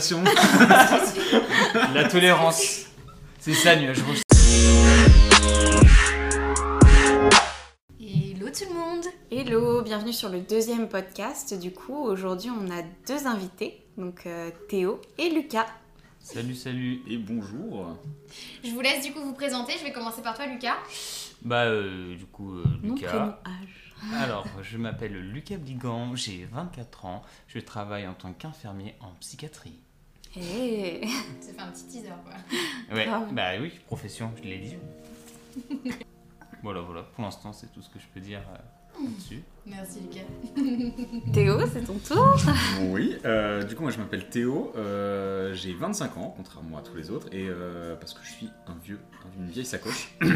contradiction. La tolérance. C'est ça, nuage rouge. Hello tout le monde Hello, bienvenue sur le deuxième podcast. Du coup, aujourd'hui, on a deux invités, donc euh, Théo et Lucas. Salut, salut. Et bonjour. Je vous laisse du coup vous présenter, je vais commencer par toi Lucas. Bah, euh, du coup, euh, Nom, prénom, Lucas. âge. Alors, je m'appelle Lucas Bligan, j'ai 24 ans. Je travaille en tant qu'infirmier en psychiatrie. Hey. Ça fait un petit teaser quoi. Ouais, Grave. bah oui, profession, je l'ai dit. voilà, voilà, pour l'instant, c'est tout ce que je peux dire euh, là-dessus. Merci Lucas. Théo, c'est ton tour Oui, euh, du coup, moi je m'appelle Théo, euh, j'ai 25 ans, contrairement à tous les autres, et euh, parce que je suis un vieux, une vieille sacoche.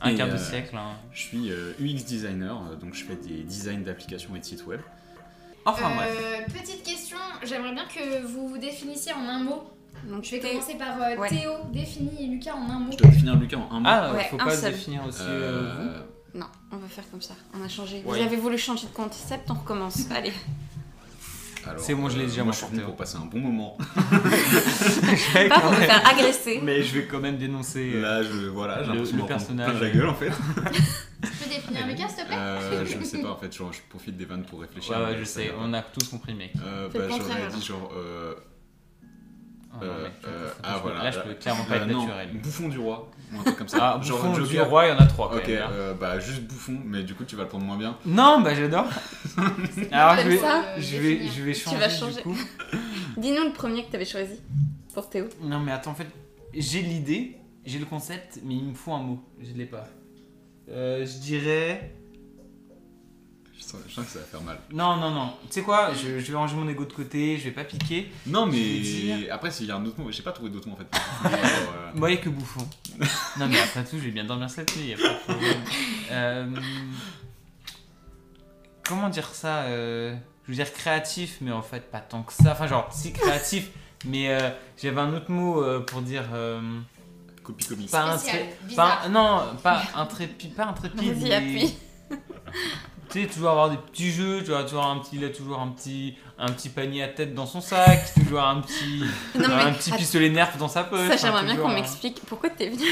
Un Et, quart de euh, siècle, hein. Je suis euh, UX designer, euh, donc je fais des designs d'applications et de sites web. Enfin, bref. Euh, petite question, j'aimerais bien que vous vous définissiez en un mot. Donc, Je vais Théo- commencer par euh, Ouais. Théo, définis Lucas en un mot. Je dois définir Lucas en un mot. Ah, Ouais, faut un pas seul. définir aussi euh, vous Euh, Non, on va faire comme ça. On a changé. Ouais. Vous avez voulu changer de concept, on recommence. Allez. alors, C'est bon, je l'ai euh, déjà, moi, Moi je suis pour venu Théo. pour passer un bon moment. Pas pour me faire agresser. Mais je vais quand même dénoncer. euh, Là, je, voilà, j'ai Le- l'impression le d'en prendre personnage. plein la gueule en fait. Tu peux définir Lucas s'il te plaît Euh, je ne sais pas, en fait, genre, je profite des vannes pour réfléchir. Ouais, ouais, mais je ça sais, va pas. on a tous compris, mec. Euh, Faites bah, pas j'aurais très dit genre. euh, Ah, non, Euh, mec, je- euh, je- je- ah, je- voilà. Là, je peux clairement pas Euh, être non, naturel. Bouffon du roi, ou un truc comme ça. Ah, Genre bouffon du Joker. roi, il y en a trois quand Ok, même. là. euh, bah juste bouffon, mais du coup tu vas le prendre moins bien. Non, bah j'adore. Alors, je comme vais, ça, je, euh, vais, définir. je vais changer. vas du changer. coup. Dis-nous le premier que t'avais choisi pour Théo. Non, mais attends, en fait, j'ai l'idée, j'ai le concept, mais il me faut un mot. Je l'ai pas. Euh, je dirais. Je sens, je sens que ça va faire mal. Non, non, non. Tu sais quoi je, je vais ranger mon ego de côté, je vais pas piquer. Non, mais Je vais après s'il y a un autre mot, j'ai pas trouvé d'autre mot en fait. Alors, euh, Moi, que bouffon. non, mais après tout, je vais bien dormir cette nuit, y a pas de problème. Euh, Comment dire ça euh, Je veux dire créatif, mais en fait, pas tant que ça. Enfin, genre, si créatif, mais euh, j'avais un autre mot euh, pour dire. euh, Copie comics. pas Spécial, intré- bizarre. pas- non, pas intrépide, pas intrépide. Vas-y, mais- appuie. Tu sais, toujours avoir des petits jeux, tu vois, toujours un petit, il a toujours un petit, un petit panier à tête dans son sac, toujours un petit, Non, mais un petit att- pistolet nerf dans sa poche. ça, j'aimerais enfin, bien toujours qu'on un- hein. m'explique pourquoi t'es venu.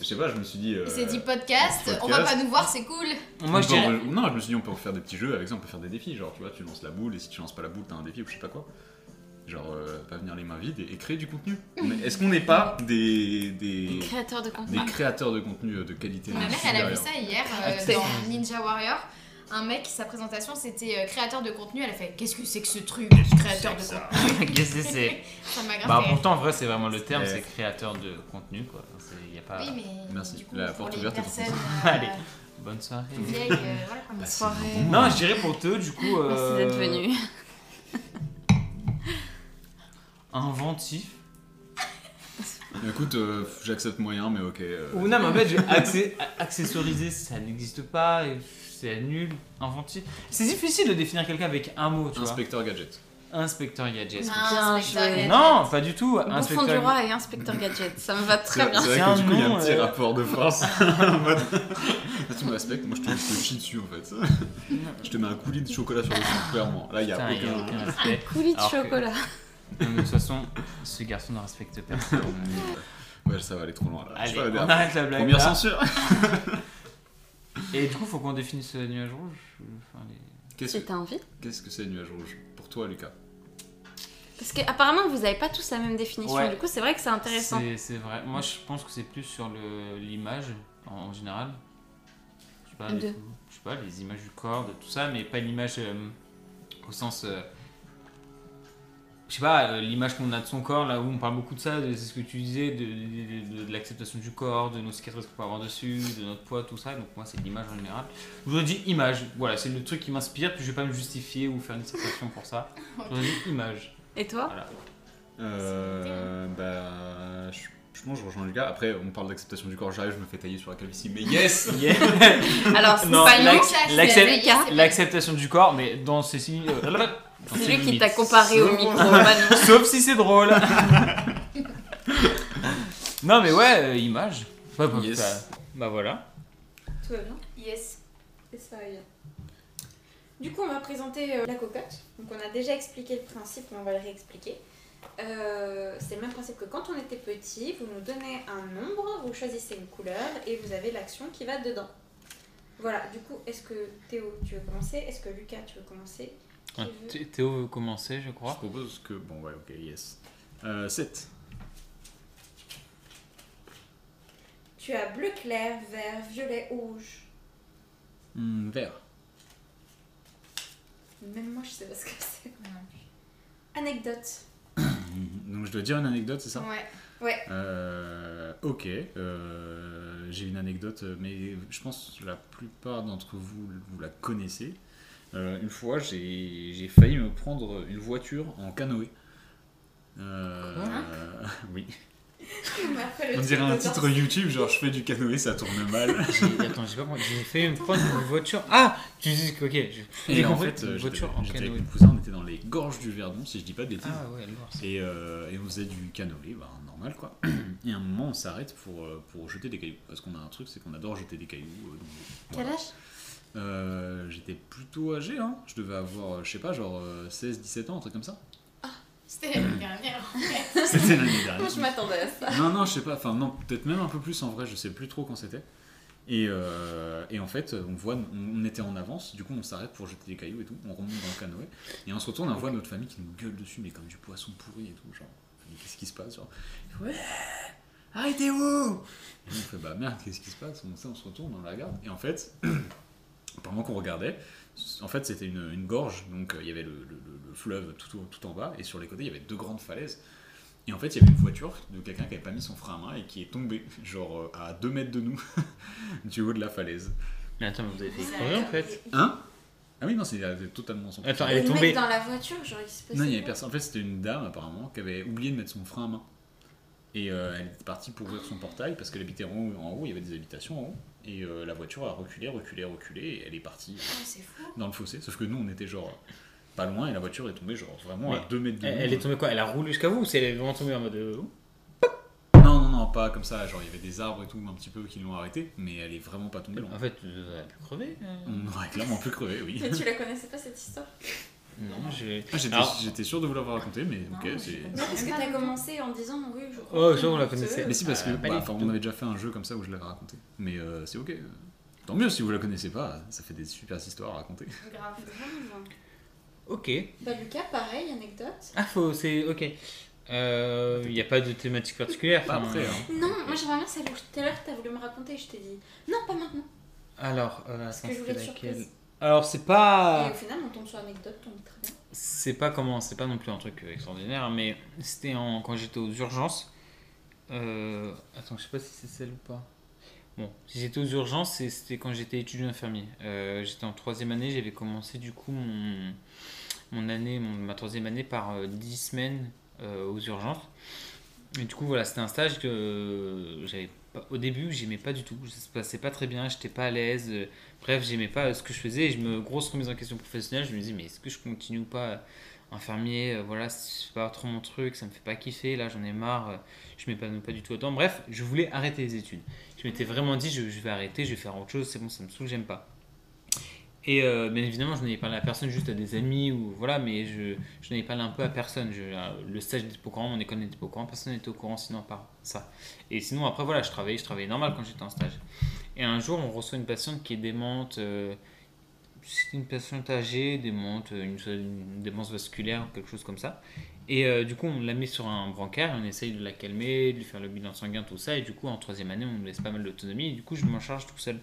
Je sais pas, je me suis dit. euh, Il s'est dit podcast, on va podcast. pas nous voir, c'est cool. on Moi, je peut en- dirais. Non, je me suis dit on peut en faire des petits jeux avec ça, on peut faire des défis. Genre tu vois, tu lances la boule et si tu lances pas la boule, t'as un défi ou je sais pas quoi. Genre euh, pas venir les mains vides et, et créer du contenu. Mais Est-ce qu'on n'est pas des, des, Créateur de contenu. des créateurs de contenu euh, de qualité Ma mère, elle a vu ça hier euh, Ah, c'est- dans Ninja Warrior. Un mec, sa présentation, c'était euh, créateur de contenu. Elle a fait Qu'est-ce que c'est que ce truc Créateur de contenu. Qu'est-ce que c'est Ça m'a grave Bah, fait rire. pourtant, en vrai, c'est vraiment le terme, Ouais. c'est créateur de contenu, quoi. C'est- Y a pas. Oui, mais Merci. du coup, La pour porte les ouverte est pour personnes Allez. euh, Bonne soirée. vieilles, euh, voilà quoi. Bah, c'est Soirée. bon. Non, je dirais pour Théo, du coup. Merci euh, d'être venu. Inventif. Écoute, euh, j'accepte moyen, mais ok. euh, Ou non, mais en fait, je- accé- a- accessoiriser, ça n'existe pas, et c'est nul, inventif. C'est difficile de définir quelqu'un avec un Ah, mot, tu vois. Inspecteur Gadget. Inspecteur Gadget. Ah, Un Bien spectacle. joué. Non, pas du tout. Bouffon du roi et inspecteur gadget. Ça me va très C'est- bien. C'est C'est vrai que un du coup, il y a nom, un petit euh. rapport de force. En mode, Là, tu m'inspectes, moi je te, je te chie dessus en fait. Je te mets un coulis de chocolat sur le cou, clairement. Là, il Ah, y a Putain, il y a aucun. aucun respect. Coulis de Alors que- chocolat. Non, mais De toute façon, ce garçon ne respecte personne. Ouais, ça va aller trop loin là. Allez, Ça va on aller. arrête la blague. Première là. censure. Et du coup, faut qu'on définisse le nuage rouge. euh, Enfin, les- Qu'est-ce Si que t'as envie. qu'est-ce que c'est, nuage rouge Pour toi, Lucas Parce que apparemment vous n'avez pas tous la même définition. Ouais. Du coup, c'est vrai que c'est intéressant. C'est- C'est vrai. Moi, je pense que c'est plus sur le- l'image en, en général. Je sais, pas, les, De- je sais pas, les images du corps, de tout ça, mais pas l'image euh, au sens. euh, je sais pas, euh, l'image qu'on a de son corps, là où on parle beaucoup de ça, de- c'est ce que tu disais, de, de- de- de l'acceptation du corps, de nos cicatrices qu'on peut avoir dessus, de notre poids, tout ça. Donc, moi, c'est l'image en général. Je vous ai dit image, voilà, c'est le truc qui m'inspire, puis je vais pas me justifier ou faire une citation pour ça. Je vous ai dit image, Et toi voilà. Euh. Bah. Je je pense que je rejoins Lucas. Après, on parle d'acceptation du corps. J'arrive, je me fais tailler sur la calvitie. Mais yes Alors Ah, c'est Non, pas là- nous. Ça, c'est l'accept- la vieillesse, c'est pas- L'acceptation du corps, mais dans ceci. euh, dans C'est ces lui qui limites. t'a comparé au micro. pas nous. Sauf si c'est drôle. non, mais ouais, euh, image. Pas pour Yes. ça. Bah voilà. Tout va bien Yes. Et ça va bien. Du coup, on va présenter euh, la cocotte. Donc, on a déjà expliqué le principe, mais on va le réexpliquer. Euh, c'est le même principe que quand on était petit, vous nous donnez un nombre, vous choisissez une couleur et vous avez l'action qui va dedans. Voilà, du coup, est-ce que Théo, tu veux commencer Est-ce que Lucas, tu veux commencer Qui Ah, veut Thé- Théo veut commencer, je Je crois. propose que. Bon, ouais, ok, yes. Euh, 7. Tu as bleu clair, vert, violet, rouge. vert. Même moi, je sais pas ce que c'est. Non. Anecdote. Donc je dois dire une anecdote, c'est ça Ouais. Euh, ok, euh, j'ai une anecdote, mais je pense que la plupart d'entre vous, vous la connaissez. Euh, une fois, j'ai j'ai failli me prendre une voiture en canoë. Euh, oui. Mais après, le On dirait truc un de titre danse. YouTube, genre je fais du canoë, ça tourne mal. J'ai- Attends, j'ai pas compris. J'ai fait me prendre une voiture. Ah Tu dis que, ok, je- j'ai Et en compris. fait, euh, une j'étais voiture en j'étais avec canoë. mon cousin, on était dans les gorges du Verdon, si je dis pas de bêtises. Ah ouais, alors c'est- Et, euh, et on faisait du canoë, bah, normal quoi. Et à un moment, on s'arrête pour, euh, pour jeter des cailloux. Parce qu'on a un truc, c'est qu'on adore jeter des cailloux. euh, donc, voilà. âge Euh, J'étais plutôt âgé, hein. je devais avoir, euh, je sais pas, genre 16-17 ans, un truc comme ça. C'était l'année dernière. C'était l'année dernière. Moi, je m'attendais à ça. Non, non, je sais pas, enfin, non, peut-être même un peu plus en vrai, je sais plus trop quand c'était. Et, euh, et en fait, on voit, on on était en avance, du coup on s'arrête pour jeter des cailloux et tout, on remonte dans le canoë, et on se retourne, on voit notre famille qui nous gueule dessus, mais comme du poisson pourri et tout, genre, mais qu'est-ce qui se passe genre, Ouais, Ah, arrêtez-vous Et on fait, bah merde, qu'est-ce qui se passe on, sait, on se retourne, on la regarde, et en fait, pendant qu'on regardait, en fait c'était une, une gorge, donc euh, il y avait le, le- le- le fleuve tout, au- tout en bas, et sur les côtés il y avait deux grandes falaises, et en fait, il y avait une voiture de quelqu'un qui avait pas mis son frein à main et qui est tombée, genre euh, à 2 mètres de nous, du haut de la falaise. Mais attends, mais vous avez fait Ça- exprès en fait Hein Ah oui, non, c'est elle avait totalement son Attends, Le elle est mec tombée. dans la voiture, genre, il se passait Non, il y avait quoi personne. En fait, c'était une dame apparemment qui avait oublié de mettre son frein à main. Et euh, elle était partie pour ouvrir son portail parce qu'elle habitait en haut, en haut, il y avait des habitations en haut. Et euh, la voiture a reculé, reculé, reculé et elle est partie Oh, Ah, c'est fou. dans le fossé. Sauf que nous, on était genre pas loin et la voiture est tombée genre vraiment à Mais 2 mètres de Elle, nous. elle est tombée quoi Elle a roulé jusqu'à vous ou c'est elle est vraiment tombée en mode. euh, Non, non, non, pas comme ça. Genre, il y avait des arbres et tout un petit peu qui l'ont arrêtée, mais elle est vraiment pas tombée loin. Ah. En fait, euh, elle a pu crever. euh. On aurait clairement pu crever, oui. Mais tu la connaissais pas cette histoire Non, j'ai. Ah, j'étais, Alors- j'étais sûr de vous l'avoir raconté, mais ok, Non, c'est. je- Non, parce que Même t'as pas. commencé en disant oui, je Oh, ça, on la connaissait. Mais si, parce que Euh, bah, allez. enfin, on avait déjà fait un jeu comme ça où je l'avais raconté. Mais euh, c'est ok. Tant mieux si vous la connaissez pas, ça fait des super histoires à raconter. Grave. Ok. Bah, Lucas, pareil, anecdote. Ah, faut. C'est. Ok. Il n'y a pas de thématique particulière. Pas enfin, après, euh, hein. Non, moi j'aimerais bien savoir. Tout à l'heure, t'as voulu me raconter, je t'ai dit non, pas maintenant. Alors, euh, Parce attends, que je voulais c'était être laquelle surprise. Alors, c'est pas. Ah. Et au final, on tombe sur anecdote, on est très bien. C'est pas comment, c'est pas non plus un truc euh, extraordinaire, mais c'était en- quand j'étais aux urgences. Euh, attends, je sais pas si c'est celle ou pas. Bon, si j'étais aux urgences, c'est- c'était quand j'étais étudiant infirmier. Euh, j'étais en troisième année, j'avais commencé du coup mon, mon année, mon- ma troisième année par euh, 10 semaines euh, aux urgences. Et du coup, voilà, c'était un stage que j'avais pas- au début, j'aimais pas du tout. Ça se passait pas très bien, j'étais pas à l'aise. Euh, Bref, j'aimais pas euh, ce que je faisais. Et je me grosse remise en question professionnelle. Je me disais, mais est-ce que je continue ou pas infirmier, euh, voilà, c'est pas trop mon truc, ça me fait pas kiffer, là j'en ai marre, euh, je m'épanouis pas du tout autant. Bref, je voulais arrêter les études. Je m'étais vraiment dit, je, je vais arrêter, je vais faire autre chose, c'est bon, ça me saoule, j'aime pas. Et euh, bien évidemment, je n'avais parlé à personne, juste à des amis, ou voilà, mais je, je n'avais parlé un peu à personne. Je- euh, le stage n'était pas au courant, mon école n'était pas au courant, personne n'était au courant sinon par ça. Et sinon, après, voilà, je travaillais, je travaillais normal quand j'étais en stage. Et un jour, on reçoit une patiente qui est démente. euh, c'est une patiente âgée, démente, euh, une, une démence vasculaire, quelque chose comme ça. Et euh, du coup, on la met sur un brancard, on essaye de la calmer, de lui faire le bilan sanguin, tout ça. Et du coup, en troisième année, on me laisse pas mal d'autonomie. Et du coup, je m'en charge tout seul.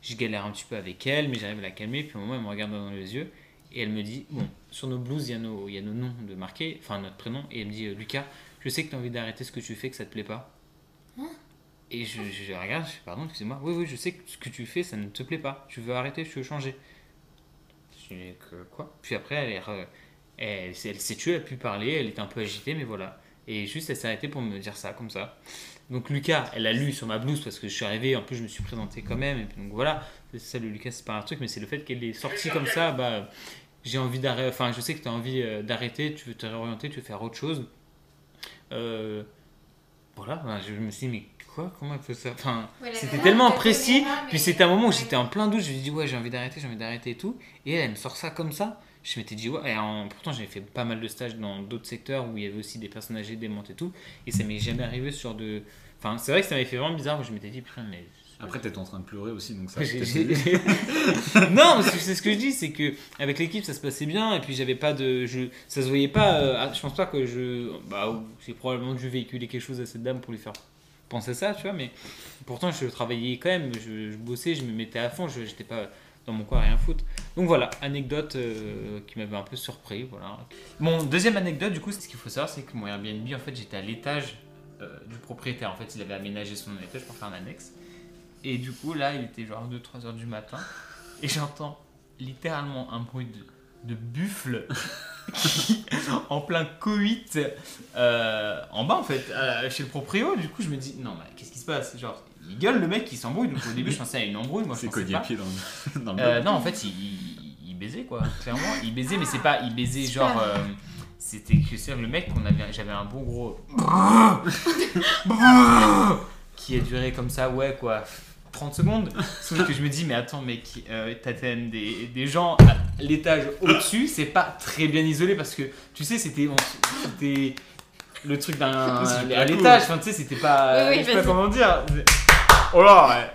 Je galère un petit peu avec elle, mais j'arrive à la calmer. Puis au moment, elle me regarde dans les yeux et elle me dit Bon, sur nos blouses, il y, a nos- il y a nos noms de marqués, enfin notre prénom. Et elle me dit euh, Lucas, je sais que tu as envie d'arrêter ce que tu fais, que ça te plaît pas. Et je, je la regarde, je fais Pardon, excusez-moi. Oui, oui, je sais que ce que tu fais, ça ne te plaît pas. Tu veux arrêter, tu veux changer. Je dis que quoi Puis après, elle, est re- elle, elle s'est tuée, elle a pu parler, elle était un peu agitée, mais voilà. Et juste, elle s'est arrêtée pour me dire ça, comme ça. Donc Lucas, elle a lu sur ma blouse parce que je suis arrivé, en plus je me suis présenté quand même, et puis donc voilà. Ça, le Lucas, c'est pas un truc, mais c'est le fait qu'elle est sortie comme ça, bah, j'ai envie d'arrêter, enfin je sais que tu as envie euh, d'arrêter, tu veux te réorienter, tu veux faire autre chose. Euh, voilà, bah, je me suis dit, mais quoi Comment elle peut ça Enfin, Ouais, la c'était nana, tellement elle précis. connaît pas, mais- Puis c'était un moment où Ouais. j'étais en plein doute. Je me dis ouais, j'ai envie d'arrêter, j'ai envie d'arrêter et tout. Et elle, elle me sort ça comme ça. je m'étais dit, ouais, et en- pourtant j'avais fait pas mal de stages dans d'autres secteurs où il y avait aussi des personnes âgées, démentes et tout, et ça m'est jamais arrivé sur de. Enfin, c'est vrai que ça m'avait fait vraiment bizarre, mais je m'étais dit, putain, mais. Après, t'étais en train de pleurer aussi, donc ça. J'ai- peut-être j'ai- aidé. non, parce que c'est ce que je dis, c'est que avec l'équipe ça se passait bien et puis j'avais pas de, je, ça se voyait pas. euh, ah, je pense pas que je, bah, ou- c'est probablement que je véhiculais quelque chose à cette dame pour lui faire penser ça, tu vois. Mais pourtant je travaillais quand même, je, je bossais, je me mettais à fond, je j'étais pas dans mon coin à rien foutre. Donc voilà, anecdote euh, qui m'avait un peu surpris, voilà. Mon deuxième anecdote du coup, c'est ce qu'il faut savoir, c'est que mon Airbnb en fait j'étais à l'étage euh, du propriétaire. En fait, il avait aménagé son étage pour faire un annexe. Et du coup, là, il était genre 2-3 heures du matin. Et j'entends littéralement un bruit de, de buffle qui, en plein coït euh, en bas, en fait, euh, chez le proprio. Du coup, je me dis, non, mais qu'est-ce qui se passe Genre, il gueule le mec, il s'embrouille. Donc au début, je pensais à une embrouille. Moi, je C'est pensais cogné pas. à pied dans le. dans le Euh, bloc. non, en fait, il, il- il baisait quoi, clairement. Il baisait, mais c'est pas. Il baisait genre. euh, c'était que c'est le mec qu'on avait. J'avais un bon gros. qui a duré comme ça, ouais, quoi. 30 secondes. Sauf que je me dis, mais attends, mec, euh, t'as quand même des, des gens à l'étage au-dessus, c'est pas très bien isolé parce que tu sais, c'était. on- c'était le truc d'un. C'est à pas cool. l'étage, enfin, tu sais, c'était pas. Oui, oui, je sais pas vas-y. comment dire. Oh là, ouais.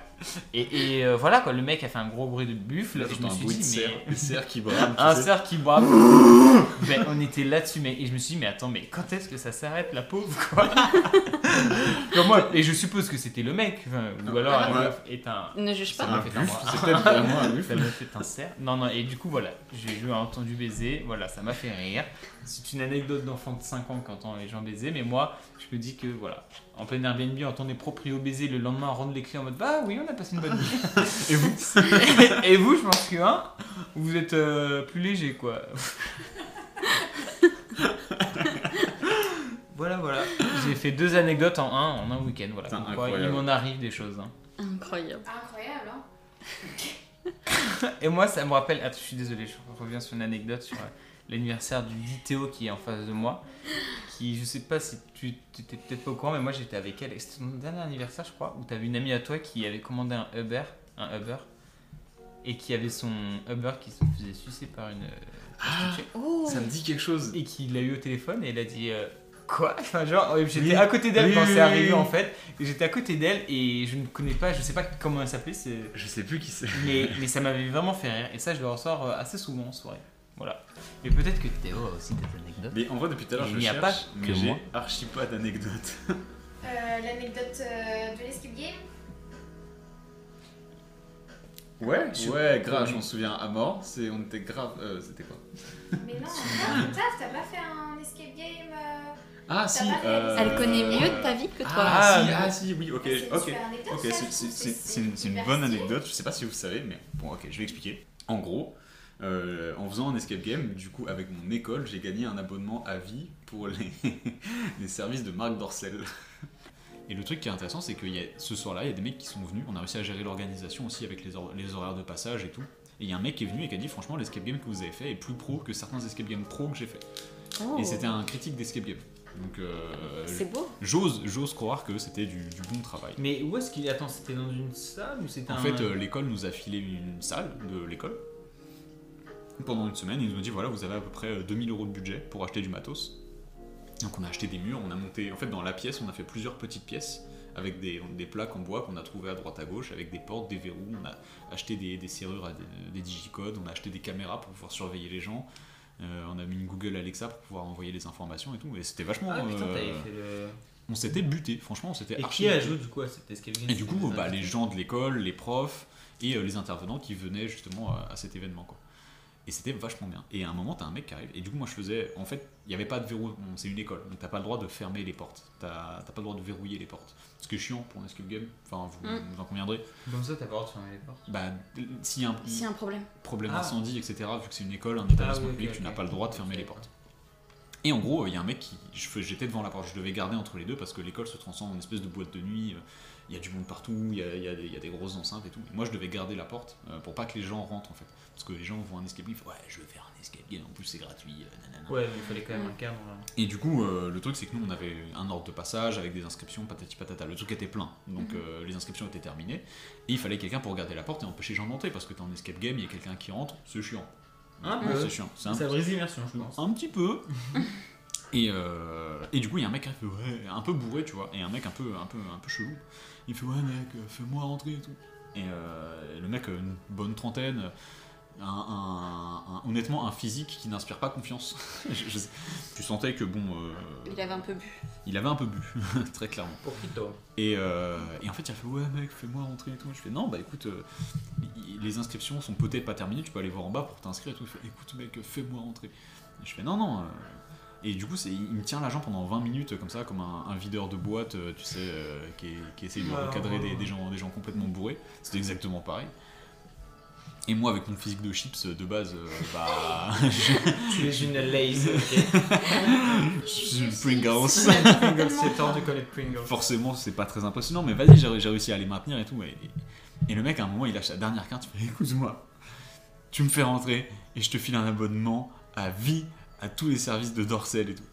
Et, et, euh, voilà quoi, le mec a fait un gros bruit de buffle. Là, et je j'entends me un suis bruit de dit, cerf, mais. Ah, des cerfs qui brament. tu Un sais. cerf qui brappe. ben, on était là-dessus, mais. Et je me suis dit, mais attends, mais quand est-ce que ça s'arrête, la pauvre quoi Genre, moi, Et je suppose que c'était le mec. enfin, Ou alors, la Ouais. meuf est un. Ne juge C'est pas. un Ça me fait un buffle, bras. c'est peut-être vraiment un buffle. La meuf est un cerf. Non, non, et du coup, voilà. J'ai je l'ai entendu baiser. Voilà, ça m'a fait rire. C'est une anecdote d'enfant de 5 ans qui entend les gens baiser, mais moi, je me dis que voilà. En plein Airbnb, entendre les proprios baiser le lendemain, rendre les clés en mode Bah oui, on a passé une bonne nuit. et vous Et vous, je pense que, hein, vous êtes euh, plus léger, quoi. voilà, voilà. J'ai fait deux anecdotes en un, en un week-end. Voilà. Putain, Comme quoi, il incroyable. m'en arrive des choses. hein. Incroyable. Incroyable, hein Et moi, ça me rappelle. Attends, je suis désolé, je reviens sur une anecdote sur euh, l'anniversaire du dit Théo qui est en face de moi. Qui, je sais pas si tu étais peut-être pas au courant, mais moi j'étais avec elle. et C'était ton dernier anniversaire, je crois, où t'avais une amie à toi qui avait commandé un Uber, un Uber, et qui avait son Uber qui se faisait sucer par une. euh, prostituée, Oh Ça me dit quelque chose. et qui l'a eu au téléphone et elle a dit. euh, Quoi Enfin, genre, euh, j'étais à côté d'elle Oui, quand oui, c'est oui, arrivé oui. en fait. et J'étais à côté d'elle et je ne connais pas, je sais pas comment elle s'appelait. c'est- Je sais plus qui c'est. mais, mais ça m'avait vraiment fait rire et ça je le ressors euh, assez souvent en soirée. Voilà. Et peut-être que Théo a aussi des anecdotes. Mais en vrai, depuis tout à l'heure, Il je n'y a cherche, pas que mais moi. j'ai archi pas d'anecdote. L'anecdote euh, de l'escalier Ouais, Je- ouais, grave, je m'en souviens à mort. C'est, on était grave. euh, c'était quoi Mais non, non, taf, t'as pas fait un escape game euh, Ah si. pas réalisé. euh, Elle connaît mieux de ta vie que toi. Ah, Ah, si, mais- ah si, oui, ok, c'est une ok. super anecdote, Ok, ça, c'est- je c'est- trouve, c'est c'est une, c'est une super bonne stylé. anecdote. Je sais pas si vous savez, mais bon, ok, je vais expliquer. En gros, euh, en faisant un escape game, du coup, avec mon école, j'ai gagné un abonnement à vie pour les, les services de Marc Dorcel. Et le truc qui est intéressant, c'est que il y a- ce soir-là, il y a des mecs qui sont venus. On a réussi à gérer l'organisation aussi avec les, hor- les horaires de passage et tout. Et il y a un mec qui est venu et qui a dit franchement, l'escape game que vous avez fait est plus pro que certains escape games pro que j'ai fait. Oh. Et c'était un critique d'escape game. Donc, euh, C'est beau. j'ose j'ose croire que c'était du, du bon travail. Mais où est-ce qu'il. Attends, c'était dans une salle ou c'était En un. fait, euh, l'école nous a filé une salle de l'école. Pendant une semaine, ils nous ont dit voilà, vous avez à peu près euh, 2000 euros de budget pour acheter du matos. Donc on a acheté des murs, on a monté. En fait, dans la pièce, on a fait plusieurs petites pièces avec des, des plaques en bois qu'on a trouvées à droite à gauche, avec des portes, des verrous. On a acheté des, des serrures, à des, des digicodes, on a acheté des caméras pour pouvoir surveiller les gens. Euh, on a mis une Google Alexa pour pouvoir envoyer les informations et tout. Et c'était vachement. Ah putain, euh, t'avais fait le. on s'était buté, franchement, on s'était Et archi qui buté. ajoute du coup à cet escape game Et du coup, C'était- bah, les gens de l'école, les profs et euh, les intervenants qui venaient justement euh, à, à cet événement. Quoi. Et c'était vachement bien. Et à un moment, t'as un mec qui arrive. Et du coup, moi, je faisais. En fait, il n'y avait pas de verrou. bon, C'est une école. Donc, t'as pas le droit de fermer les portes. T'as t'as pas le droit de verrouiller les portes. Ce qui est chiant pour un escape game. Enfin, vous, Mm. vous en conviendrez. Comme ça, t'as pas le droit de fermer les portes. Bah, s'il y a un S'il y a un problème. problème Ah. d'incendie, etc., vu que c'est une école, un établissement oui, ok, public, tu ok. n'as pas le droit de fermer Ok. les portes. Et en gros, il y a un mec qui. je fais- J'étais devant la porte, je devais garder entre les deux parce que l'école se transforme en espèce de boîte de nuit. euh, Il y a du monde partout, il y a, il y a des- il y a des grosses enceintes et tout. Et moi, je devais garder la porte euh, pour pas que les gens rentrent en fait. Parce que les gens vont un escape game, ils font, ouais, je vais faire un escape game, en plus c'est gratuit, euh, nanana. Ouais, mais il fallait quand même un cadre. hein. là. Et du coup, euh, le truc, c'est que nous, on avait un ordre de passage avec des inscriptions, patati patata. Le truc était plein. Donc, Mhm. euh, les inscriptions étaient terminées. Et il fallait quelqu'un pour garder la porte et empêcher les gens d'entrer. Parce que t'es en escape game, il y a quelqu'un qui rentre, c'est chiant. Un Ouais, peu. C'est chiant. C'est un, Ah, bah Ça brise l'immersion, je pense. un petit peu. et, euh, et du coup, il y a un mec un peu, ouais, un peu bourré, tu vois, et un mec un peu, un peu, un peu chelou. Il fait Ouais, mec, euh, fais-moi rentrer et tout. Et euh, le mec, euh, une bonne trentaine, un, un- un- honnêtement, un physique qui n'inspire pas confiance. Je- je- tu sentais que, bon, euh, Il avait un peu bu. il avait un peu bu, très clairement. Poquito. Et, euh, et en fait, il a fait Ouais, mec, fais-moi rentrer et tout. Je fais Non, bah écoute, euh, i- i- les inscriptions sont peut-être pas terminées, tu peux aller voir en bas pour t'inscrire et tout. Il fait Écoute, mec, fais-moi rentrer. Et je fais Non, non. euh. Et du coup, c'est- il me tient l'agent pendant 20 minutes, euh, comme ça, comme un, un videur de boîte, euh, tu sais, euh, qui, est- qui essaye de Ouais, recadrer ouais, des, ouais. des gens, des gens complètement bourrés. C'était exactement pareil. Et moi, avec mon physique de chips euh, de base, euh, bah. je Tu es une lazy. ok. suis une Pringles. Pringles, c'est temps de connaître Pringles. forcément c'est pas très impressionnant mais vas-y j'ai j'ai réussi à les maintenir et tout et, et- et le mec à un moment il lâche la dernière carte il fait écoute-moi tu me fais rentrer et je te file un abonnement à vie à tous les services de Dorsel et tout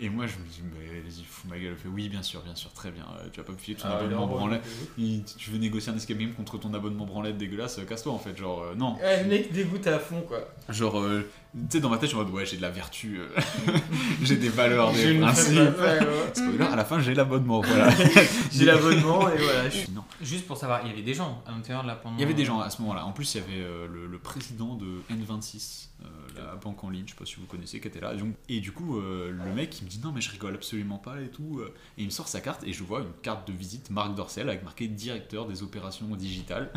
et moi je me dis mais vas-y fous ma gueule il fait oui bien sûr bien sûr très bien euh, tu vas pas me filer ton Ah, abonnement leur- branlette Il- tu veux négocier un escape game contre ton abonnement branlette dégueulasse euh, casse-toi en fait genre euh, non Ouais, le Eh, mec dégoûte à fond, quoi. genre euh, tu sais dans ma tête je suis en mode ouais j'ai de la vertu euh, j'ai des valeurs J'ai des une principes Ouais, ouais. Spoiler, à la fin j'ai l'abonnement voilà J'ai l'abonnement et voilà. je Je suis- suis- non Juste pour savoir, il y avait des gens à l'intérieur là pendant. Il y avait des gens à ce moment-là. En plus, il y avait euh, le, le président de N26, euh, la banque en ligne, je sais pas si vous connaissez, qui était là. Donc- et du coup, euh, le mec, il me dit non, mais je rigole absolument pas et tout. euh. Et il me sort sa carte et je vois une carte de visite Marc Dorcel avec marqué directeur des opérations digitales.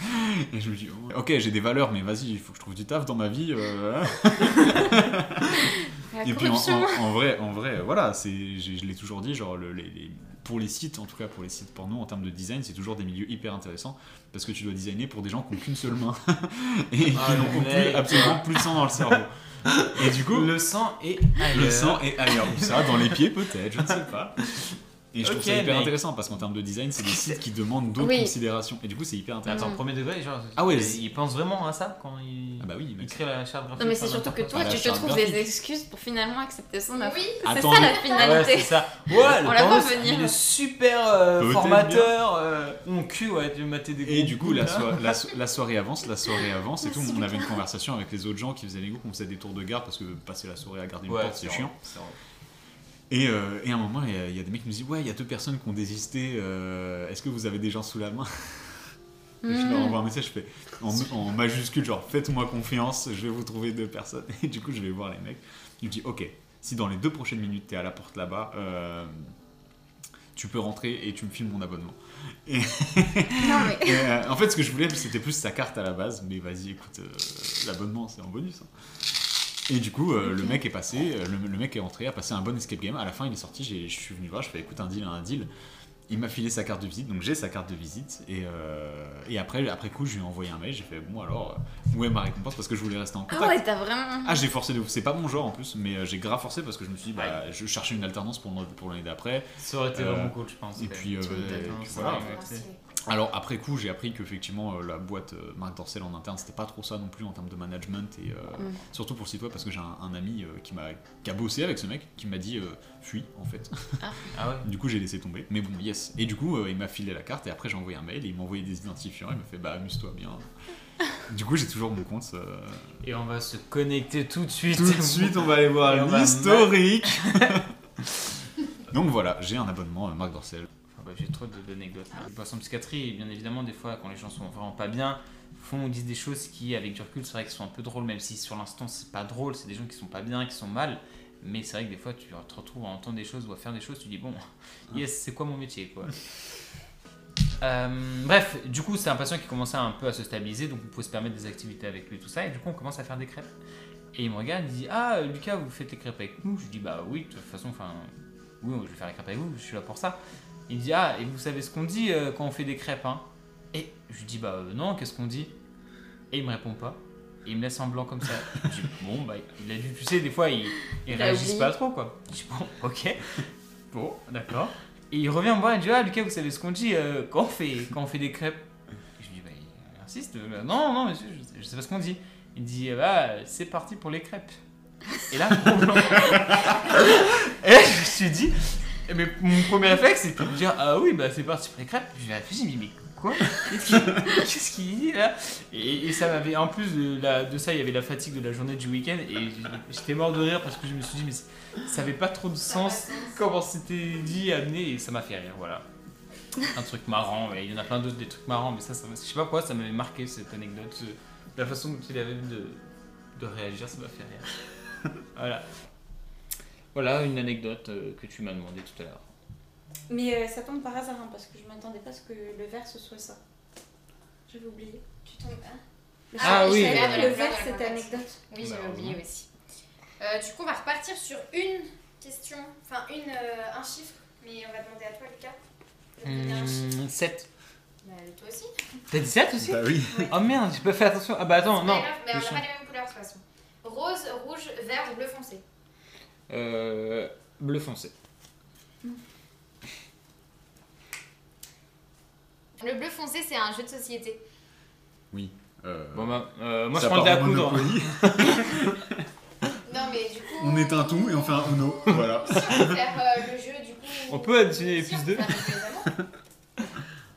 et je me dis oh, ok, j'ai des valeurs, mais vas-y, il faut que je trouve du taf dans ma vie. euh. La Et puis en, corruption. en- en vrai, en vrai, euh, voilà, c'est, je, je l'ai toujours dit, genre le- les- les- pour les sites, en tout cas pour les sites porno, en termes de design, c'est toujours des milieux hyper intéressants parce que tu dois designer pour des gens qui n'ont qu'une seule main et Ah, qui n'ont le mec. plus- absolument plus de sang dans le cerveau. Et du coup, le, Le sang et ailleurs. sang est ailleurs, ou ça, dans les pieds peut-être, je ne sais pas. Et je trouve Ok, ça hyper mec. intéressant parce qu'en termes de design, c'est des sites qui demandent d'autres Oui. considérations. Et du coup, c'est hyper Mm. intéressant. Attends, premier degré, genre. Ah ouais, c'est- il, il pense vraiment à ça quand il. Ah bah oui, Il mec. crée la charte graphique. Non mais c'est par surtout que l'interface. toi la tu te charte trouves graphique. des excuses pour finalement accepter son offre. Oui, C'est Attends, ça la mais- Ah Ouais, finalité. c'est ça. Ouais, le On la voit Pringles, venir. Le super euh, Peut-être formateur. euh, mon cul, ouais, tu mater des Et gros du coup, coups, la, là. so- la so- la soirée avance, la soirée avance, et tout. On avait une conversation avec les autres gens qui faisaient les groupes, on faisait des tours de garde parce que passer la soirée à garder une Ouais, porte, c'est vrai, chiant. vrai. Et, euh, et à un moment, il y a- il y, a des mecs qui nous disent Ouais, il y a deux personnes qui ont désisté, euh, est-ce que vous avez des gens sous la main Et Je Hmm. leur envoie un message, je fais en, en majuscule, genre faites-moi confiance, je vais vous trouver deux personnes. Et du coup, je vais voir les mecs. Ils me disent Ok, si dans les deux prochaines minutes, t'es à la porte là-bas, euh, tu peux rentrer et tu me files mon abonnement. Non mais Et, euh, en fait, ce que je voulais, c'était plus sa carte à la base, mais vas-y, écoute, euh, l'abonnement, c'est en bonus. hein. Et du coup, euh, le mec est passé, euh, le, le mec est rentré, a passé un bon escape game. À la fin, il est sorti, j'ai- je suis venu le voir, je fais écoute, un deal, un deal. Il m'a filé sa carte de visite, donc j'ai sa carte de visite. Et, euh, et après, après coup, je lui ai envoyé un mail, j'ai fait bon, alors, euh, où est ma récompense Parce que je voulais rester en ah contact. ouais t'as vraiment. Ah, j'ai forcé de ouf. C'est pas mon genre en plus, mais euh, j'ai grave forcé parce que je me suis dit, bah, je cherchais une alternance pour, pour l'année d'après. Ça aurait été Euh, vraiment cool, je pense. Et puis, euh, peut-être, hein, et puis ça voilà. va, ouais. Alors après coup, j'ai appris qu'effectivement euh, la boîte euh, Marc Dorcel en interne, c'était pas trop ça non plus en termes de management et euh, Mm. surtout pour le site web parce que j'ai un, un ami euh, qui m'a qui a bossé avec ce mec qui m'a dit euh, fuis en fait. Ah ouais. du coup, j'ai laissé tomber. Mais bon, yes. Et du coup, euh, il m'a filé la carte et après j'ai envoyé un mail et il m'a envoyé des identifiants. Il m'a fait bah amuse-toi bien. du coup, j'ai toujours mon compte. euh, Et on va se connecter tout de suite. Tout de suite, on va aller Et on voir va l'historique. Donc voilà, j'ai un abonnement euh, Marc Dorcel. Ah bah, J'ai trop de- d'anecdotes. Les patients en psychiatrie, bien évidemment, des fois, quand les gens sont vraiment pas bien, font ou disent des choses qui, avec du recul, c'est vrai qu'elles sont un peu drôles, même si sur l'instant, c'est pas drôle, c'est des gens qui sont pas bien, qui sont mal. Mais c'est vrai que des fois, tu te retrouves à entendre des choses ou à faire des choses, tu dis, bon, yes, c'est quoi mon métier, quoi. Euh, bref, du coup, c'est un patient qui commençait un peu à se stabiliser, donc vous pouvez se permettre des activités avec lui, tout ça, et du coup, on commence à faire des crêpes. Et il me regarde, il dit Ah, euh, Lucas, vous faites les crêpes avec nous Je dis Bah oui, de toute façon, enfin, oui, je vais faire les crêpes avec vous, je suis là pour ça. Il me dit Ah, et vous savez ce qu'on dit euh, quand on fait des crêpes, hein Et je lui dis Bah euh, non, qu'est-ce qu'on dit Et il me répond pas. Et il me laisse en blanc comme ça. je dis Bon, bah, il a dû, tu sais, des fois, ils il Il a réagissent oublié. pas trop, quoi. Je dis Bon, ok. Bon, d'accord. Et il revient me voir et il dit Ah, Lucas, vous savez ce qu'on dit euh, quand, on fait, quand on fait des crêpes Et je lui dis Bah, il insiste. euh, non, non, monsieur, je, je sais pas ce qu'on dit. Il dit Eh bah c'est parti pour les crêpes. Et là, gros blanc. Et là, eh, je me suis dit, mais mon premier réflexe c'était de dire ah oui bah c'est parti pour les crêpes. J'ai réfléchi, mais, mais Quoi Qu'est-ce qu'il qu'est-ce qu'il dit là et, et ça m'avait. En plus de, la- de ça, il y avait la fatigue de la journée du week-end et j'étais mort de rire parce que je me suis dit, mais c- ça avait pas trop de sens comment c'était dit, amené et ça m'a fait rire, voilà. Un truc marrant, mais il y en a plein d'autres des trucs marrants, mais ça, ça m'a- je sais pas pourquoi ça m'avait marqué cette anecdote. ce- La façon dont il avait de, de réagir, ça m'a fait rire. Voilà. Voilà une anecdote euh, que tu m'as demandé tout à l'heure. Mais euh, ça tombe par hasard, hein, parce que je m'attendais pas à ce que le verre ce soit ça. J'avais oublié. Tu tombes. Le Ah verre- oui, je savais euh, que la le fleur verre de la c'était comète. Oui, anecdote. Bah, j'avais Malheureusement. oublié aussi. Euh, du coup, on va repartir sur une question, enfin une, euh, un chiffre, mais on va demander à toi, Lucas. de donner un chiffre. 7. Bah, toi aussi. T'as dit 7 aussi Bah oui. Oh merde, j'ai pas fait attention. Ah bah attends, C'est pas non. grave, mais on le n'a chien. pas les mêmes couleurs de toute façon. Rose, rouge, vert ou bleu foncé. Euh, bleu foncé. Le bleu foncé, c'est un jeu de société. Euh, Bon bah, euh, moi ça je prends le dé à part au coudre. Monopoly, Non, mais du coup. On éteint tout et on fait un Uno. Voilà. Si on peut faire euh, le jeu, du coup. On peut additionner les Si, on plus deux. peut faire le jeu des amours.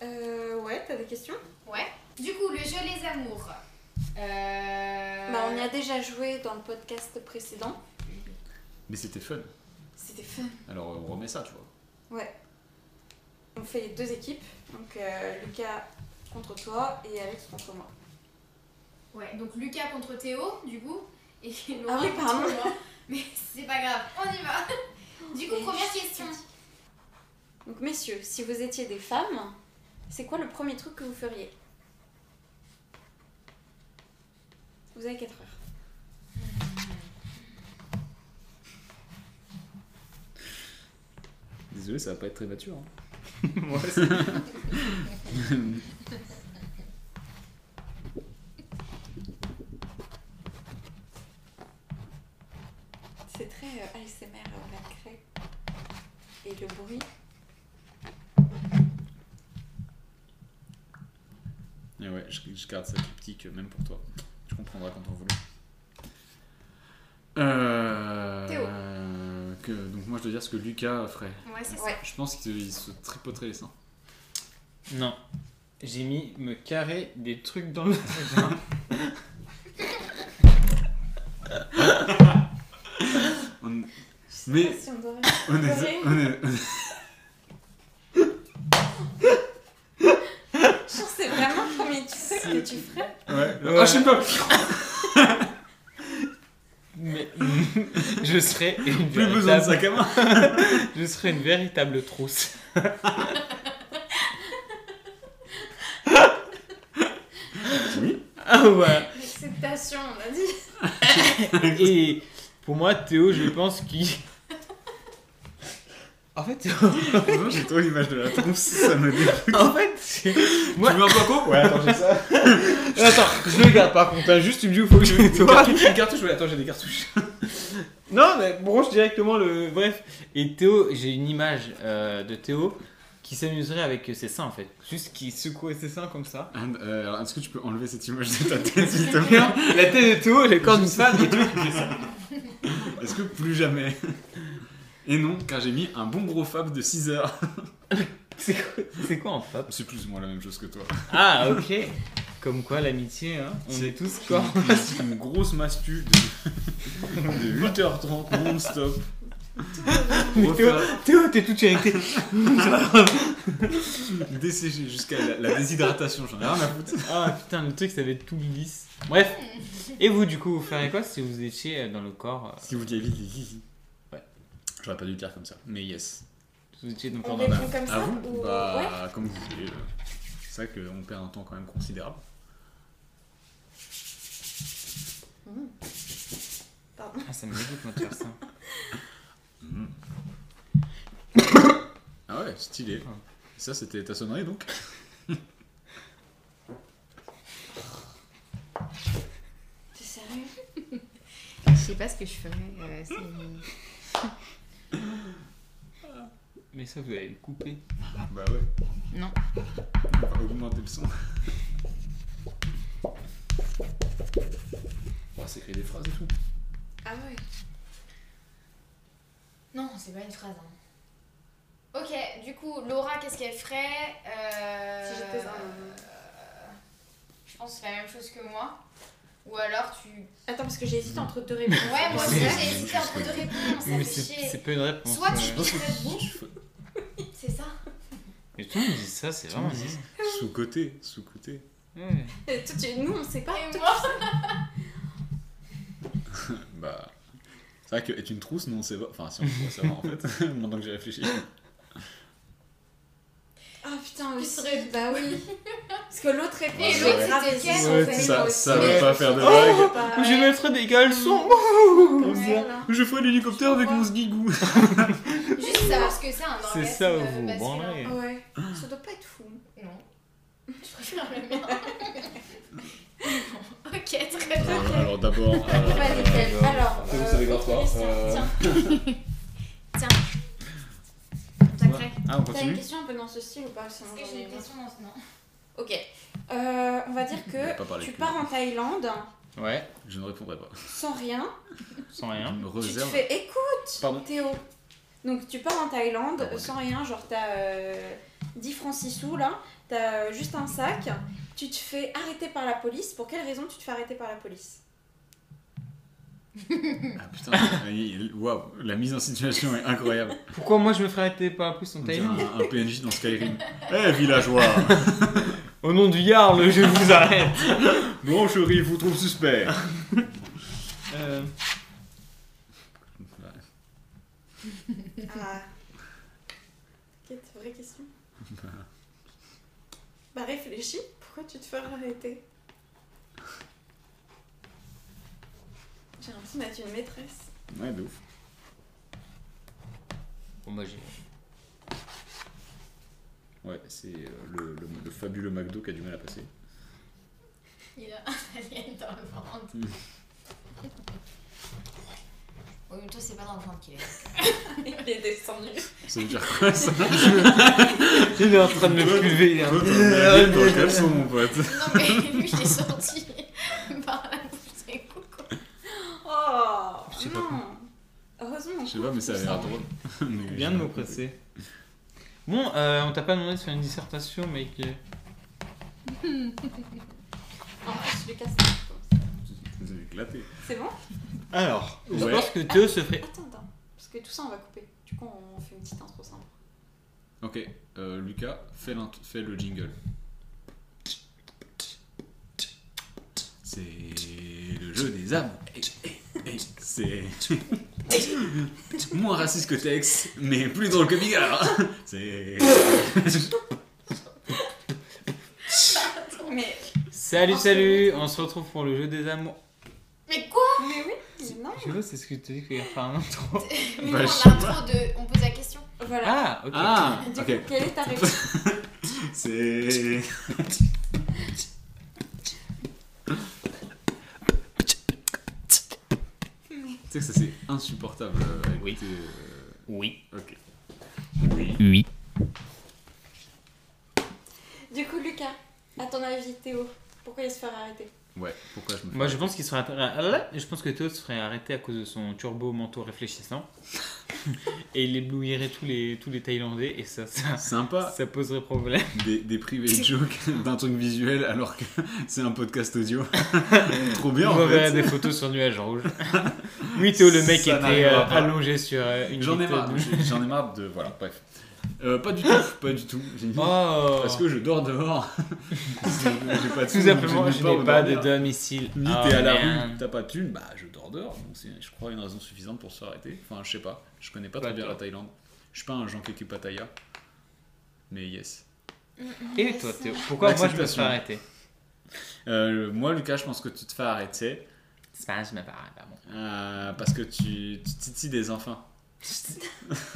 Euh, ouais, t'as des questions Ouais. Du coup, le jeu Les Amours. Euh... Bah, on y a déjà joué dans le podcast précédent. Mais c'était fun. C'était fun. Alors euh, on remet ça, tu vois. On fait les deux équipes. Donc, euh, Lucas contre toi et Alex contre moi. Ouais, donc Lucas contre Théo, du coup. Et Ah oui, pardon. contre moi. Mais c'est pas grave, on y va. Du coup, Et première je- question. Donc, messieurs, si vous étiez des femmes, c'est quoi le premier truc que vous feriez Vous avez 4 heures. Désolé, ça va pas être très mature. hein. Moi aussi. C'est très euh, ASMR, euh, la craie. Et le bruit. Mais Ah ouais, je, je garde ça cryptique, euh, même pour toi. Tu comprendras quand on voulait. Euh, Théo. que, donc moi je dois dire ce que Lucas ferait. Ouais, c'est Ouais. Je pense qu'il se tripoterait les seins. Non. J'ai mis me carrer des trucs dans le vagin. On- Je sais Mais- pas si on devrait. on est- Carré. on est- Genre, c'est vraiment le premier truc que tu ferais. Ouais. Ouais. Ah, je sais pas. Mais je serais une Plus besoin de véritable, sac à main. je serais une véritable trousse. Oui. Ah ouais. Acceptation, on a dit. Et pour moi Théo, je pense qu'il En fait, Théo- Franchement, J'ai trop l'image de la tronce, ça me dégoûte. en fait, c'est- Tu veux un placo Ouais, attends, j'ai ça. Attends, je le garde par contre, hein, juste tu me dis où faut que je mette les cartouches, ouais, attends, j'ai des cartouches. non, mais branche directement le. Bref. Et Théo, j'ai une image euh, de Théo qui s'amuserait avec ses seins en fait. Juste qui secouait ses seins comme ça. Anne, euh, alors, Est-ce que tu peux enlever cette image de ta tête, s'il te plaît La tête de Théo, le corps d'une femme et tout. Est-ce que plus jamais Et non, car j'ai mis un bon gros fab de 6 heures. C'est quoi, c'est quoi en femme C'est plus ou moins la même chose que toi. Ah, ok. Comme quoi l'amitié, hein, on C'est- est tous corps. J'ai mis une grosse mastu de, 8h30 non-stop. Mais Pour Théo, faire Théo, t'es toute irritée. dessécher jusqu'à la, la déshydratation, j'en ai rien à foutre. Ah putain, le truc ça va être tout lisse. Bref. Et vous, du coup, vous feriez quoi si vous étiez euh, dans le corps euh, Si vous dites les Ouais. J'aurais pas dû le dire comme ça, mais yes. si vous étiez dans le On corps d'un répond homme comme À ça vous Ah, ou... Ouais. Bah, comme vous voulez. euh. C'est vrai qu'on perd un temps quand même considérable. Ah, ça me dégoûte, moi, de faire ça. Mm. ah ouais, stylé. Ah. Ça, c'était ta sonnerie donc T'es sérieux Je sais pas ce que je ferais. euh, Mais ça, vous allez le couper. Bah ouais. Non. On va augmenter le son. On va s'écrire des phrases et tout. Ah ouais. Non, c'est pas une phrase. hein. Ok, du coup, Laura, qu'est-ce qu'elle ferait Euh, Si j'étais un- euh, Je pense la même chose que moi. Ou alors tu. Attends, parce que j'hésite entre deux réponses. Ouais, moi aussi c'est- j'ai hésité entre deux réponses, ça Mais fait c'est chier. c'est pas une réponse. euh. Soit ouais. tu piquerais debout, c'est ça. Mais tout le monde dit ça, c'est vraiment. Sous-côté, sous-côté. Ouais. Euh, toi, tu- Nous, on sait pas. Et Toi, moi Bah. C'est vrai que être une trousse, non, c'est pas. Enfin, si on pourrait savoir en fait, maintenant que j'ai réfléchi. Ah putain, Qui oui. serait- Bah oui. Parce que l'autre réponse, Et je l'autre, vais grave c'était hésiter, quelle, en Ouais, fait. ça- Moi ça aussi. veut pas faire de Oh, blague. bah, Je mettrais des caleçons Comme ça. hein. Je ferai l'hélicoptère avec mon sgigou. Juste savoir ce que c'est un orgasme. euh, C'est ça, vous masculin. vous branlerez. Ouais. Ça doit pas être fou. Non. Je préfère le mien. ok, très bien. Euh, Alors d'abord. Pas euh, nickel. Alors. C'est vous, euh, c'est des grave autre quoi. question. Euh, Tiens, Sacré. Ah, on t'as une continue question un peu dans ce style ou pas sinon Est-ce que j'en j'ai ai une question dans ce nom marre. Ok. Euh, on va dire On va pas que parler tu de pars en Thaïlande oh. Ouais, Je ne répondrai pas. sans rien. sans Je rien. me Tu te réserve. fais écoute, Pardon Théo. Donc tu pars en Thaïlande Pardon. sans rien, genre t'as euh, 10 francs 6 sous là, t'as euh, juste un sac, tu te fais arrêter par la police. Pour quelle raison tu te fais arrêter par la police Ah putain, il- waouh, la mise en situation est incroyable. Pourquoi moi je me ferais arrêter par la police en On dirait Thaïlande un, un PNJ dans Skyrim. Eh villageois Au nom du Yarl, je vous arrête Blancherie vous trouve suspect Euh, Ah. Quelle vraie question. Bah réfléchis, pourquoi tu te fais arrêter J'ai l'impression d'être une maîtresse. Ouais, de ouf. Bon, bah, moi j'ai. Ouais, c'est euh, le, le- le fabuleux McDo qui a du mal à passer. Il a un alien dans le ventre. Mm. Oui, mais toi, c'est pas dans le ventre qu'il est. Il est descendu. Ça veut dire quoi ça Il est en train de me hein. Toi, pulver. Toi, t'as un alien dans le caleçon, mon pote. Non, mais lui, il est sorti par la bouche des coucou. Oh Je sais pas non Heureusement. Je sais pas, mais ça a l'air drôle. Mais Bien de me presser. Bon, euh, on t'a pas demandé de faire une dissertation, mec. En plus, Lucas, Vous avez éclaté. c'est bon Alors, je Ouais. pense que Théo se ferait. Attends, attends. Parce que tout ça, on va couper. Du coup, on fait une petite intro simple. Ok, euh, Lucas, fais, l'int- fais le jingle. C'est le jeu des âmes. Eh, eh, eh, C'est moins raciste que Tex, mais plus drôle que Bigard. C'est Mais, Salut, salut, on se retrouve pour le jeu des amours. Mais quoi mais oui, mais non. Je vois, c'est ce que tu dis qu'il va faire un intro. Mais Bah, non, je sais on a trop de. On pose la question. Voilà. Ah, ok. ah du ok. coup, quelle est ta réponse C'est Tu sais que ça c'est insupportable. euh, Oui. écouter, euh, Oui. Ok. Oui. Du coup, Lucas, à ton avis, Théo, pourquoi il se fait arrêter Ouais. Pourquoi je me. fais- Moi, je pense qu'il serait. Ah, Je pense que Théo se ferait arrêter à cause de son turbo manteau réfléchissant. et il éblouirait tous les, tous les Thaïlandais, et ça, ça, Sympa ça poserait problème. des, des private jokes d'un truc visuel alors que c'est un podcast audio. Trop bien on en verrait fait. des photos sur nuage rouge. oui, Théo, le mec Ça était n'arrivera euh, pas. allongé sur euh, une J'en ai bite marre. de- j'ai- J'en ai marre de. Voilà, bref. Euh, pas du tout, pas du tout. J'ai dit, Oh Parce que je dors dehors. j'ai pas de Tout sous, simplement, donc je pas hein. n'ai où pas de dormir. domicile. Ni Oh, t'es à la man. rue, t'as pas de thune, bah je dors dehors. Donc c'est, je crois, une raison suffisante pour se faire arrêter. Enfin, je sais pas. Je connais pas Pas très bien toi. la Thaïlande. Je suis pas un Jean Keke Pattaya. Mais yes. Et toi, Théo Pourquoi moi je me fais L'acceptation. arrêter Euh, moi, Lucas, je pense que tu te fais arrêter. C'est pas grave, je bah m'apparais, pardon. Euh, parce que tu, tu titilles des enfants.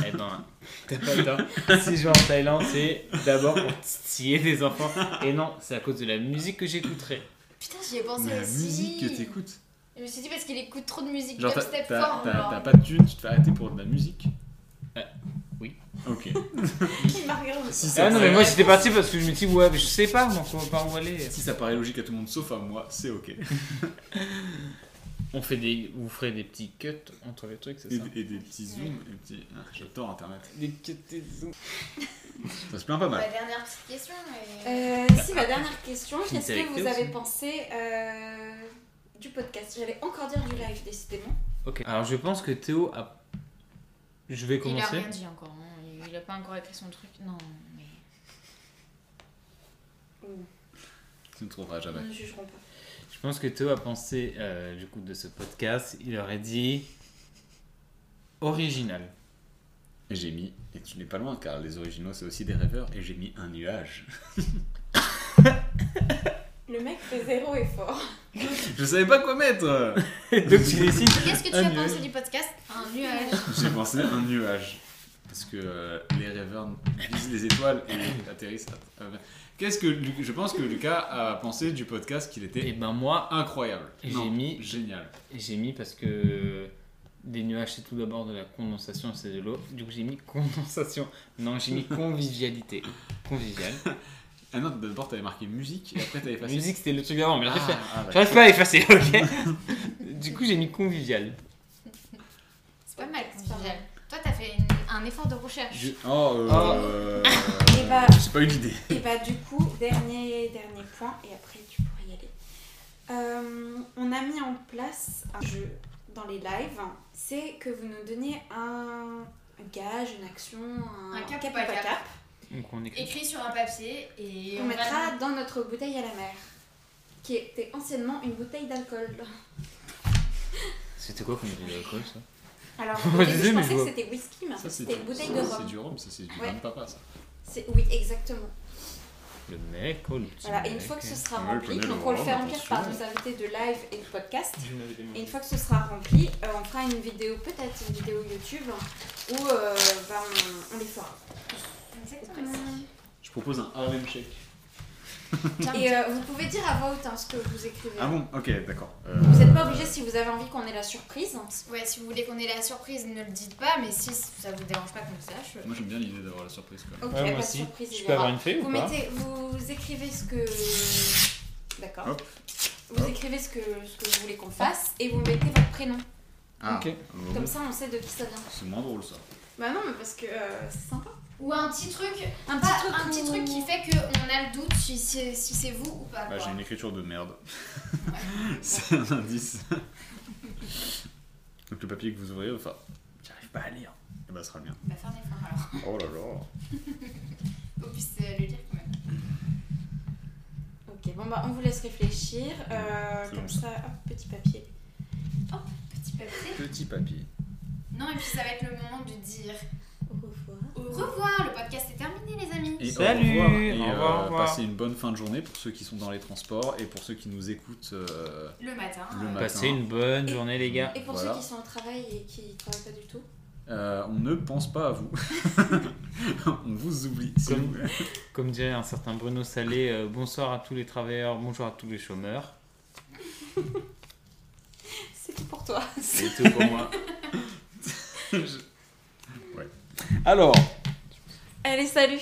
Eh ben, t'as pas le temps. Si je vais en Thaïlande, c'est d'abord pour titiller des enfants. Et non, c'est à cause de la musique que j'écouterai. Putain, j'y ai pensé Mais la aussi. musique que t'écoutes. Je me suis dit parce qu'il écoute trop de musique Genre, t'as dubstep t'as- fort. t'as- genre. t'as pas de thunes, tu te fais arrêter pour de la musique Euh, oui. Ok. Il m'a regardé. si, ça Ah non, mais paraît, moi j'étais parti parce que je me dis, ouais, mais je sais pas, moi, comment- par où aller. si ça paraît logique à tout le monde sauf à moi, c'est ok. On fait des, vous ferez des petits cuts entre les trucs, c'est Et, ça et des petits zooms, et petits... Ah, j'adore Internet. Des cuts et des zooms. Ça se plaint pas mal. La dernière petite question. mais- Euh, si, ma dernière question, Finissez qu'est-ce avec que vous Théo, avez sinon. pensé euh, du podcast J'allais encore dire du live, décidément. Ok. Alors je pense que Théo a. Je vais Il a commencer. rien dit encore. hein. Il il a pas encore écrit son truc. Non, mais. Tu ne trouveras jamais. Nous ne jugerons pas. Je pense que Théo a pensé euh, du coup de ce podcast. Il aurait dit original. Et j'ai mis, et tu n'es pas loin car les originaux c'est aussi des rêveurs, et j'ai mis un nuage. Le mec fait zéro effort. Je savais pas quoi mettre Donc tu décides. Qu'est-ce que tu Un as nuage. pensé du podcast Un nuage. J'ai pensé un nuage. Parce que euh, les rêveurs visent les étoiles et atterrissent. à- euh, Qu'est-ce que Lu- je pense que Lucas a pensé du podcast qu'il Et était ben moi, incroyable. J'ai Non, mis- génial. j'ai mis parce que des nuages c'est tout d'abord de la condensation, c'est de l'eau. Du coup j'ai mis condensation. Non, j'ai mis convivialité. Convivial. Ah non, d'abord t'avais marqué musique et après t'avais passé. Musique c'était le truc d'avant, mais Ah, j'arrive ah, ouais. j'arrive pas à effacer. Ok. du coup j'ai mis convivial. C'est pas mal, C'est pas convivial. Toi, t'as fait une- un effort de recherche. Je- Oh, euh, Oh. euh, Eh bah. j'ai pas eu l'idée. Et bah du coup, dernier, dernier point, et après tu pourras y aller. Euh, on a mis en place un jeu dans les lives, c'est que vous nous donniez un un gage, une action, un, Un cap ou ou pas cap. Donc on écrit. Écrit sur un papier et On mettra dans notre bouteille à la mer, qui était anciennement une bouteille d'alcool. C'était quoi comme bruit d'alcool ça Alors, Je au début, disais, je mais pensais je que vois. c'était whisky, mais en Ça, fait, c'est c'était du, une bouteille de ça, c'est rhum. du rhum, ça c'est du Ouais. vin de papa ça. C'est- Oui, exactement. Le mec, oh le petit. Voilà, et une mec. fois que ce sera Ouais, rempli, prenez le donc on le rhum, fait remplir par attention. nos invités de live et de podcast. Et une fois que ce sera rempli, euh, on fera une vidéo, peut-être une vidéo YouTube, où euh, bah, on, on les fera. Exactement. Je propose un Harlem Shake. Et euh, vous pouvez dire à voix haute hein, ce que vous écrivez. Ah bon, ok, d'accord. Vous n'êtes pas obligé si vous avez envie qu'on ait la surprise. Ouais, si vous voulez qu'on ait la surprise, ne le dites pas, mais si ça vous dérange pas qu'on le sache. euh, Moi j'aime bien l'idée d'avoir la surprise quand Ok, même. Ouais, pas moi de aussi. surprise, il Je y peux aura. avoir une fée ou Vous, pas mettez, vous écrivez ce que. D'accord. Hop. Vous Hop. écrivez ce que, ce que vous voulez qu'on fasse et vous mettez votre prénom. Ah, Ok. bon, Comme ça, on sait de qui ça vient. c'est moins drôle ça. Bah non, mais parce que euh, c'est sympa. Ou un petit truc, Un pas- un petit où- truc qui fait qu'on a le doute si c'est si c'est vous ou pas. Ah, Bah, quoi. j'ai une écriture de merde. c'est un indice. Donc le papier que vous ouvrez, enfin, j'arrive pas à lire. Et bah, ce sera le mien. Bah, faire un effort alors. Oh là là. Qu'on puisse euh, le lire quand même. Ok, bon bah on vous laisse réfléchir. Euh, C'est comme bon. ça, hop, petit papier. Petit papier. Petit papier. Non, et puis ça va être le moment de dire Au revoir. au revoir. Le podcast est terminé, les amis. Et Salut, au revoir. Et au revoir, euh, au revoir. passez une bonne fin de journée pour ceux qui sont dans les transports et pour ceux qui nous écoutent. euh, Le matin. Le euh, matin. Bah, Passez une bonne Et- journée les gars. Et pour Voilà. ceux qui sont au travail et qui travaillent pas du tout, euh, on ne pense pas à vous. on vous oublie. s'il Comme- vous plaît. Comme dirait un certain Bruno Salé, euh, bonsoir à tous les travailleurs, bonjour à tous les chômeurs. c'est tout pour toi. C'est tout pour moi. Alors, Allez, salut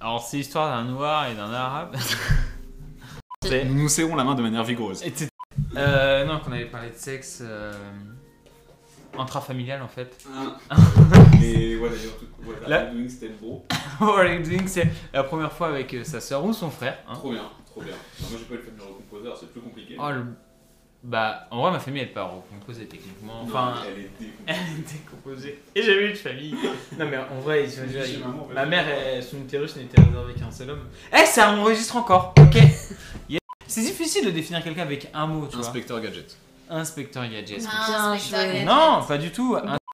alors c'est l'histoire d'un noir et d'un arabe. C'est- Nous nous serrons la main de manière vigoureuse. et c'est- euh, non, qu'on avait parlé de sexe euh, intrafamilial en fait. Et voilà, I Là- c'était le gros. Oh, les doings, c'est la première fois avec euh, sa soeur ou son frère. hein. Trop bien, trop bien. Non, moi j'ai pas eu le famille recomposeur, c'est plus compliqué. Oh, le- Bah, en vrai, ma famille elle part recomposée techniquement. Enfin, elle est dégoûtée. elle était composée. Et j'avais une famille. Non, mais en vrai, ils sont déjà. Chez maman, Ma vas-y. mère, elle- son utérus n'était réservé qu'à un seul homme. Eh, ça enregistre encore, ok Yeah. C'est difficile de définir quelqu'un avec un mot, tu vois. Inspecteur Gadget. Inspecteur Gadget. Un Bien spectacle. joué. Non, pas du tout. Un-